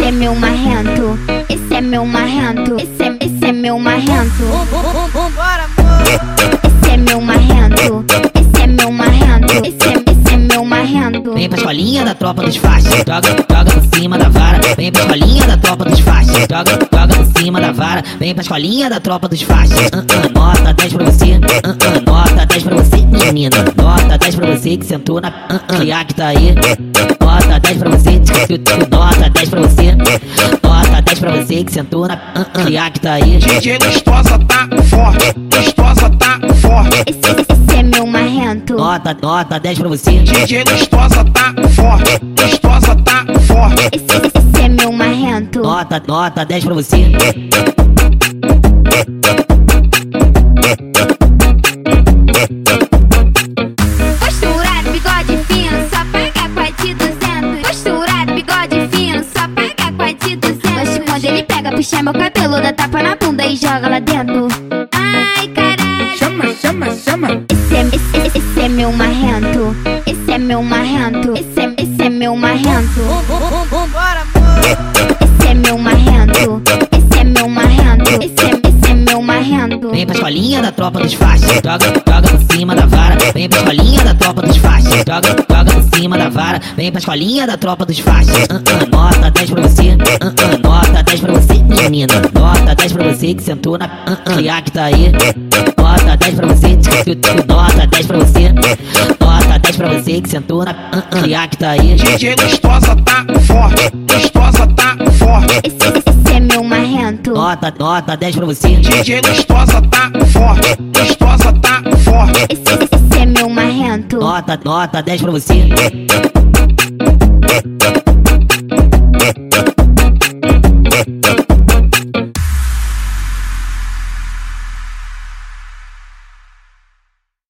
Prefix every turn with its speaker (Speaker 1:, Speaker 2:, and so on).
Speaker 1: é, meu marrento. Esse é meu marrento. Esse é, esse é meu marrento. Esse é meu marrento. Esse é meu marrento. Esse é, esse é meu marrento.
Speaker 2: Vem pra escolinha da tropa dos faixas, joga, joga em cima da vara. Vem pra escolinha da tropa dos faixas, joga, joga em cima da vara. Vem pra escolinha da tropa dos faixas. Ah, ah, nota 10 pra você, ah, ah, nota 10 pra você, menina. Nota 10 pra você que sentou na ah, ah, criar que tá aí. Nota 10 pra você, tch, tch, tch, nota 10 pra você. Nota 10 pra você que sentou na ah, ah, criar que tá aí.
Speaker 3: DJ gostosa tá forte, gostosa tá forte.
Speaker 1: Esse, esse é meu marrento.
Speaker 2: Nota, nota 10 pra você.
Speaker 3: DJ gostosa tá forte, gostosa tá forte.
Speaker 1: Esse, esse é meu marrento.
Speaker 2: Nota, nota 10 pra você.
Speaker 1: Posturado, bigode fino, só paga com de 200. Posturado, bigode fino, só paga com de 200. Mas quando ele pega, puxa meu cabelo, dá tapa na bunda e joga lá dentro. Ai, caralho.
Speaker 4: Chama, chama, chama.
Speaker 1: Esse é, esse, esse- esse é meu marrento. Esse é meu marrento. Esse é, esse é meu marrento. Esse é meu marrento. Esse é meu marrento. Esse é, esse é meu marrento.
Speaker 2: Vem pra escolinha da tropa dos faixas, joga, joga em cima da vara. Vem pra escolinha da tropa dos faixas, joga, joga em cima da vara. Vem pra escolinha da tropa dos faixas. Ah, ah, nota 10 pra você, ah, ah, nota 10 pra você, menina. Nota 10 pra você que sentou na ah, ah, criar que tá aí. Nota 10 pra você, tch, tch, tch, nota 10 pra você. Nota 10 pra você que sentou na ah, ah, criar que tá aí.
Speaker 3: DJ gostosa tá forte, gostosa tá forte.
Speaker 1: Esse, esse é meu marrento.
Speaker 2: Nota, nota 10 pra você.
Speaker 3: DJ gostosa tá forte, gostosa tá forte.
Speaker 1: Esse, esse é meu marrento.
Speaker 2: Nota, nota 10 pra você.